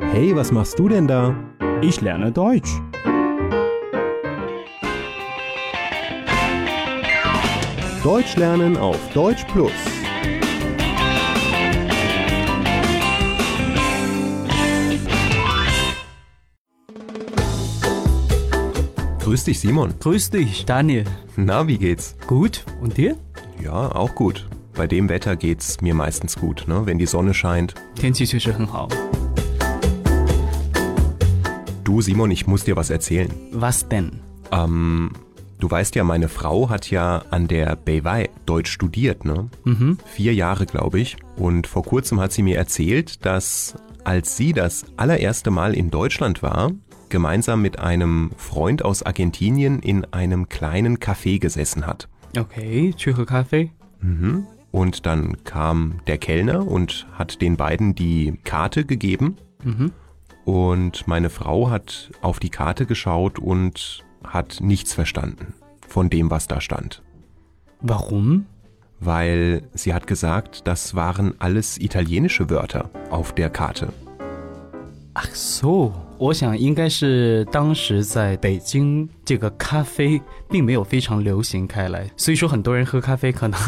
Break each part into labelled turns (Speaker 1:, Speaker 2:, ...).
Speaker 1: Hey, was machst du denn da?
Speaker 2: Ich lerne Deutsch.
Speaker 1: Deutsch lernen auf Deutsch Plus. Grüß dich, Simon.
Speaker 3: Grüß dich, Daniel.
Speaker 1: Na, wie geht's?
Speaker 3: Gut, und dir?
Speaker 1: Ja, auch gut. Bei dem Wetter geht's mir meistens gut, ne? wenn die Sonne scheint.
Speaker 3: 天气确实很好。
Speaker 1: Du, Simon, ich muss dir was erzählen.
Speaker 3: Was denn?
Speaker 1: Ähm, du weißt ja, meine Frau hat ja an der Beiwei Deutsch studiert, ne?
Speaker 3: Mhm.
Speaker 1: vier Jahre, glaube ich. Und vor kurzem hat sie mir erzählt, dass als sie das allererste Mal in Deutschland war, gemeinsam mit einem Freund aus Argentinien in einem kleinen Café gesessen hat.
Speaker 3: Okay, 去喝咖啡。
Speaker 1: Mhm. Und dann kam der Kellner und hat den beiden die Karte gegeben.
Speaker 3: Mhm.
Speaker 1: Und meine Frau hat auf die Karte geschaut und hat nichts verstanden von dem, was da stand.
Speaker 3: Warum?
Speaker 1: weil sie hat gesagt, das waren alles italienische Wörter auf der Karte.
Speaker 3: Ach so，我想应该是当时在北京这个咖啡并没有非常流行开来，所以说很多人喝咖啡可能，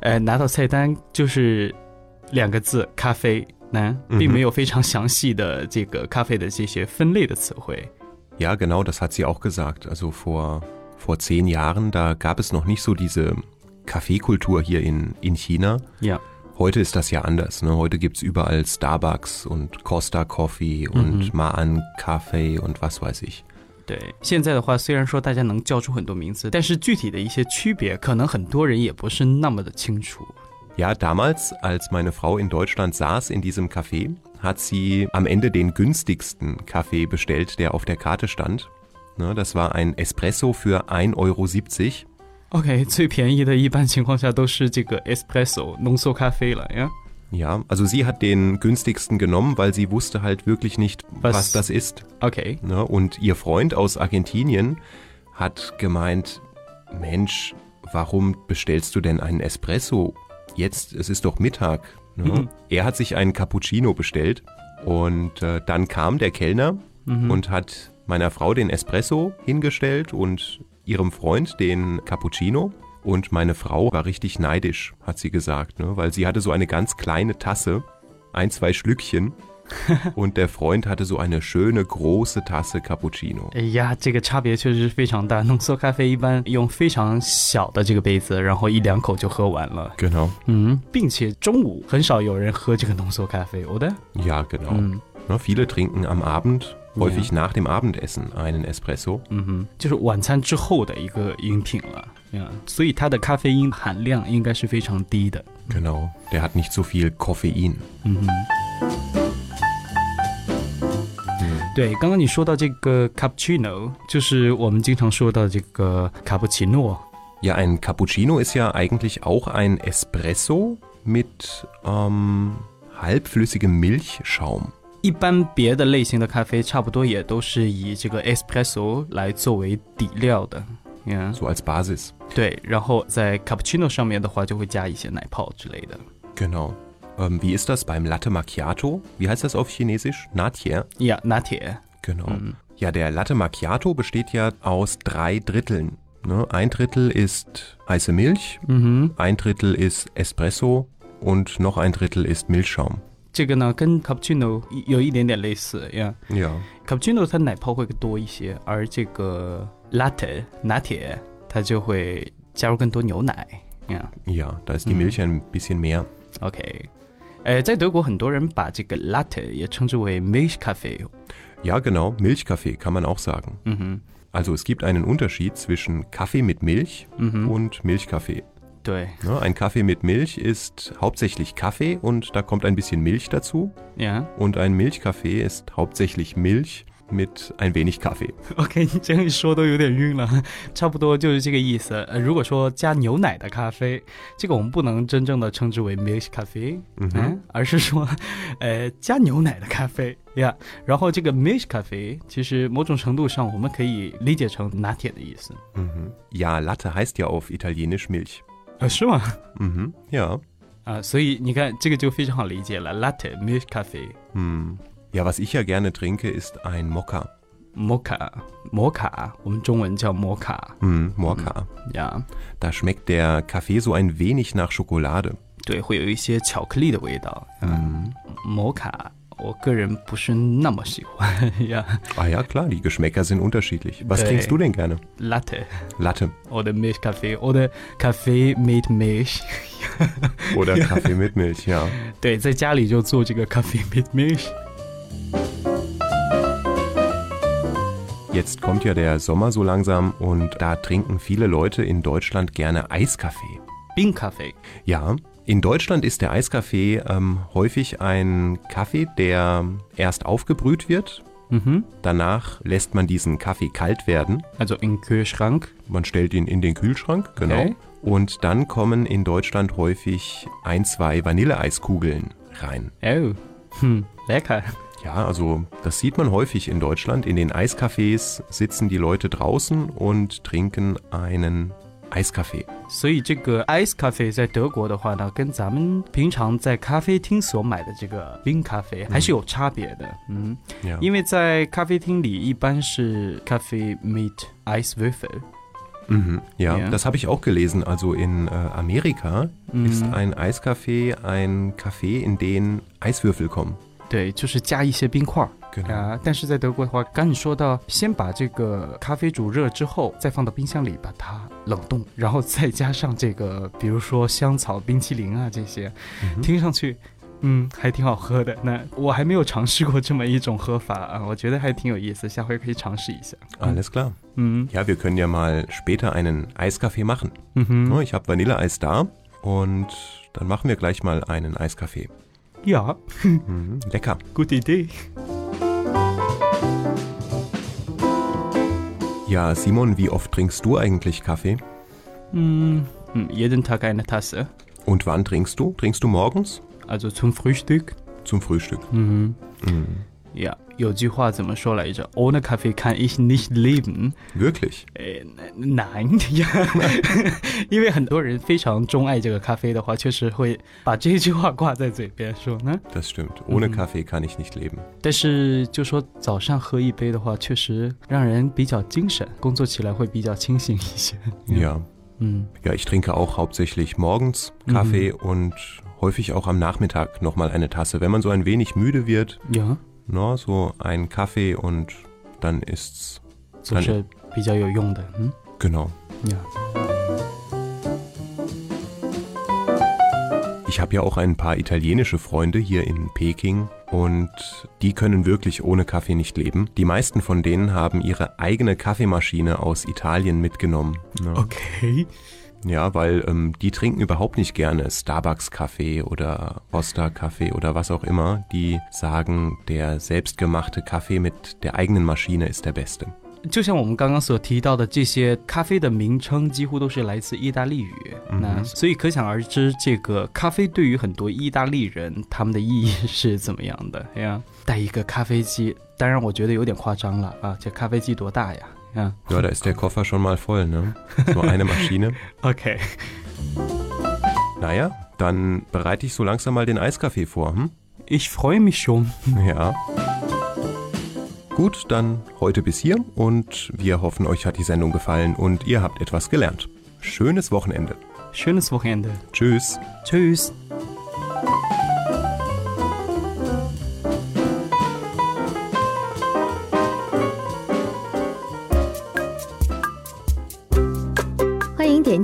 Speaker 3: 呃，拿到菜单就是两个字咖啡。那
Speaker 1: 嗯哼
Speaker 3: 并没有非常详细的这个咖啡的这些分类的词汇。
Speaker 1: Ja, genau, das hat sie auch gesagt. Also vor, vor zehn Jahren, da gab es noch nicht so diese Kaffeekultur hier in, in China.
Speaker 3: Ja,
Speaker 1: Heute ist das ja anders. Ne? Heute gibt es überall Starbucks und Costa Coffee und Maan Kaffee und was weiß ich.
Speaker 3: 对，现在的话，虽然说大家能叫出很多名字，但是具体的一些区别，可能很多人也不是那么的清楚。
Speaker 1: Ja, damals, als meine Frau in Deutschland saß in diesem Café, hat sie am Ende den günstigsten Kaffee bestellt, der auf der Karte stand. Ne, das war ein Espresso für 1,70 Euro.
Speaker 3: OK，最便宜的一般情况下都是这个 espresso 浓缩咖啡了呀。
Speaker 1: Ja, also sie hat den günstigsten genommen, weil sie wusste halt wirklich nicht, was,
Speaker 3: Was-
Speaker 1: das ist.
Speaker 3: OK，
Speaker 1: Ne? Und ihr Freund aus Argentinien hat gemeint, Mensch, warum bestellst du denn einen Espresso? Jetzt, es ist doch Mittag. Ne? Er hat sich einen Cappuccino bestellt und äh, dann kam der Kellner und hat meiner Frau den Espresso hingestellt und ihrem Freund den Cappuccino. Und meine Frau war richtig neidisch, hat sie gesagt, ne? weil sie hatte so eine ganz kleine Tasse, ein, zwei Schlückchen. und der Freund hatte so eine schöne große Tasse Cappuccino.
Speaker 3: 哎呀，这个差别确实是非常大。浓缩咖啡一般用非常小的这个杯子，然后一两口就喝完了。
Speaker 1: Genau.
Speaker 3: 嗯，并且中午很少有人喝这个浓缩咖啡，我的。
Speaker 1: Ja, genau.
Speaker 3: 嗯
Speaker 1: Ne, viele trinken am Abend, häufig nach dem Abendessen, einen Espresso.
Speaker 3: 嗯哼，就是晚餐之后的一个饮品了。呀，所以它的咖啡因含量应该是非常低的。
Speaker 1: Genau. Der hat nicht so viel Koffein.
Speaker 3: 嗯哼。对，刚刚你说到这个 cappuccino，就是我们经常说到这个卡布奇诺。
Speaker 1: Ja, ein Cappuccino ist ja eigentlich auch ein Espresso mit ähm, halbflüssigem Milchschaum.
Speaker 3: 一般别的类型的咖啡，差不多也都是以这个 espresso 来作为底料的。嗯，
Speaker 1: So als Basis.
Speaker 3: 对，然后在 cappuccino 上面的话，就会加一些奶泡之类的。
Speaker 1: Genau. Ähm, wie ist das beim Latte Macchiato? Wie heißt das auf Chinesisch? Natje.
Speaker 3: 呀，拿铁。嗯
Speaker 1: Genau. Ja, der Latte Macchiato besteht ja aus drei Dritteln. Ne? Ein Drittel ist heiße Milch,
Speaker 3: 嗯哼，
Speaker 1: ein Drittel ist Espresso und noch ein Drittel ist Milchschaum.
Speaker 3: 这个呢跟 cappuccino 有一点点类似呀。
Speaker 1: Ja.
Speaker 3: cappuccino 它奶泡会更多一些，而这个 latte 拿铁它就会加入更多牛奶。嗯
Speaker 1: Ja, da ist die Milch ein bisschen mehr.
Speaker 3: ，OK，呃，在德国很多人把这个 latte 也称之为 milk coffee。
Speaker 1: Ja, genau. Milchkaffee kann man auch sagen.
Speaker 3: 嗯哼，
Speaker 1: Also es gibt einen Unterschied zwischen Kaffee mit Milch
Speaker 3: Mhm.
Speaker 1: und Milchkaffee.
Speaker 3: 对
Speaker 1: Ne, ein Kaffee mit Milch ist hauptsächlich Kaffee und da kommt ein bisschen Milch dazu.
Speaker 3: 呀
Speaker 1: Und ein Milchkaffee ist hauptsächlich Milch mit ein wenig Kaffee.
Speaker 3: ，OK，你这样一说都有点晕了，差不多就是这个意思。呃，如果说加牛奶的咖啡，这个我们不能真正的称之为 milk coffee，
Speaker 1: 嗯哼
Speaker 3: 嗯，而是说， 呃，加牛奶的咖啡呀。然后这个 milk coffee 其实某种程度上我们可以理解成拿铁的意思，
Speaker 1: Mhm. Ja, Latte heißt ja auf Italienisch Milch.
Speaker 3: 呃，是吗？
Speaker 1: Mhm. Ja.
Speaker 3: 啊，所以你看这个就非常好理解了，latte milk coffee。
Speaker 1: Hm. Ja, was ich ja gerne trinke, ist ein Mokka.
Speaker 3: Mocha，摩卡，我们中文叫摩卡
Speaker 1: Hm, Mokka.
Speaker 3: 呀
Speaker 1: Da schmeckt der Kaffee so ein wenig nach Schokolade. Mhm.
Speaker 3: 对，会有一些巧克力的味道。嗯，摩卡，我个人不是那么喜欢 呀。
Speaker 1: Ah ja, klar, die Geschmäcker sind unterschiedlich. Was
Speaker 3: Nee.
Speaker 1: trinkst du denn gerne?
Speaker 3: Latte
Speaker 1: Latte
Speaker 3: oder Milchkaffee oder Kaffee mit Milch。
Speaker 1: oder Kaffee mit Milch, ja.
Speaker 3: 对，在家里就做这个 Kaffee mit Milch。
Speaker 1: Jetzt kommt ja der Sommer so langsam und da trinken viele Leute in Deutschland gerne Eiskaffee.
Speaker 3: 冰咖啡，
Speaker 1: Ja, in Deutschland ist der Eiskaffee ähm, häufig ein Kaffee, der erst aufgebrüht wird.
Speaker 3: Mhm.
Speaker 1: Danach lässt man diesen Kaffee kalt werden.
Speaker 3: also in Kühlschrank
Speaker 1: Man stellt ihn in den Kühlschrank, genau.
Speaker 3: Okay.
Speaker 1: Und dann kommen in Deutschland häufig ein, zwei Vanilleeiskugeln rein.
Speaker 3: Oh, hm, lecker.
Speaker 1: Ja, also das sieht man häufig in Deutschland. In den Eiscafés sitzen die Leute draußen und trinken einen Eiskaffee.
Speaker 3: 所以这个 ice coffee 在德国的话呢，跟咱们平常在咖啡厅所买的这个冰咖啡还是有差别的。嗯，
Speaker 1: Ja.
Speaker 3: 因为在咖啡厅里一般是 coffee mit ice würfel。
Speaker 1: Mhm. Ja,
Speaker 3: Ja.
Speaker 1: das habe ich auch gelesen. Also in äh, Amerika ist
Speaker 3: 嗯，
Speaker 1: ein Eiskaffee ein Kaffee, in den Eiswürfel kommen.
Speaker 3: 对，就是加一些冰块儿
Speaker 1: Genau.
Speaker 3: 啊。但是在德国的话，刚刚你说到，先把这个咖啡煮热之后，再放到冰箱里把它冷冻，然后再加上这个，比如说香草冰淇淋啊这些，
Speaker 1: Mhm.
Speaker 3: 听上去，嗯，还挺好喝的。那我还没有尝试过这么一种喝法啊，我觉得还挺有意思，下回可以尝试一下。
Speaker 1: Alles klar.
Speaker 3: 嗯
Speaker 1: Ja, wir können ja mal später einen Eiskaffee machen.
Speaker 3: 嗯哼，
Speaker 1: Ne, Ich habe Vanilleeis da und dann machen wir gleich mal einen Eiskaffee.
Speaker 3: 呀
Speaker 1: Mhm. Lecker.
Speaker 3: ，good idea。
Speaker 1: Ja, Simon, wie oft trinkst du eigentlich Kaffee?
Speaker 3: 嗯嗯，jeden Tag eine Tasse,
Speaker 1: Und wann trinkst du? Trinkst du morgens?
Speaker 3: also zum 啊 Frühstück。
Speaker 1: Zum Frühstück. Mhm.
Speaker 3: 嗯哼，呀，有句话怎么说来着？Ohne Kaffee kann ich nicht leben。
Speaker 1: Wirklich?
Speaker 3: 呃，难 呀，因为很多人非常钟爱这个咖啡的话，确实会把这句话挂在嘴边说呢。
Speaker 1: Das stimmt. Ohne
Speaker 3: Mhm.
Speaker 1: Kaffee kann ich nicht leben.
Speaker 3: 但是就说早上喝一杯的话，确实让人比较精神，工作起来会比较清醒一些。
Speaker 1: Ja.
Speaker 3: Ja.
Speaker 1: ja.
Speaker 3: 嗯
Speaker 1: ich trinke auch hauptsächlich morgens Kaffee und häufig auch am Nachmittag nochmal eine Tasse. Wenn man so ein wenig müde wird,
Speaker 3: 呀，
Speaker 1: na, so ein Kaffee und dann ist's.
Speaker 3: 总是比较有用的。嗯
Speaker 1: Genau.
Speaker 3: 呀，
Speaker 1: Ich habe ja auch ein paar italienische Freunde hier in Peking und die können wirklich ohne Kaffee nicht leben. Die meisten von denen haben ihre eigene Kaffeemaschine aus Italien mitgenommen. ne. Ja.
Speaker 3: OK，
Speaker 1: Ja, weil ähm, die trinken überhaupt nicht gerne Starbucks-Kaffee oder Costa-Kaffee oder was auch immer. Die sagen, der selbstgemachte Kaffee mit der eigenen Maschine ist der beste.
Speaker 3: 就像我们刚刚所提到的，这些咖啡的名称几乎都是来自意大利语，
Speaker 1: 嗯
Speaker 3: 那所以可想而知，这个咖啡对于很多意大利人他们的意义是怎么样的 呀？带一个咖啡机，当然我觉得有点夸张了啊，这咖啡机多大呀？啊
Speaker 1: Ja, da ist der Koffer schon mal voll, ne? So eine Maschine.
Speaker 3: ，OK，
Speaker 1: Naja, dann bereite ich so langsam mal den Eiskaffee vor, hm?
Speaker 3: Ich freue mich schon.
Speaker 1: Ja. Gut, dann heute bis hier und wir hoffen, euch hat die Sendung gefallen und ihr habt etwas gelernt. Schönes Wochenende.
Speaker 3: Schönes Wochenende.
Speaker 1: Tschüss.
Speaker 3: Tschüss.
Speaker 2: Podcast 欢迎点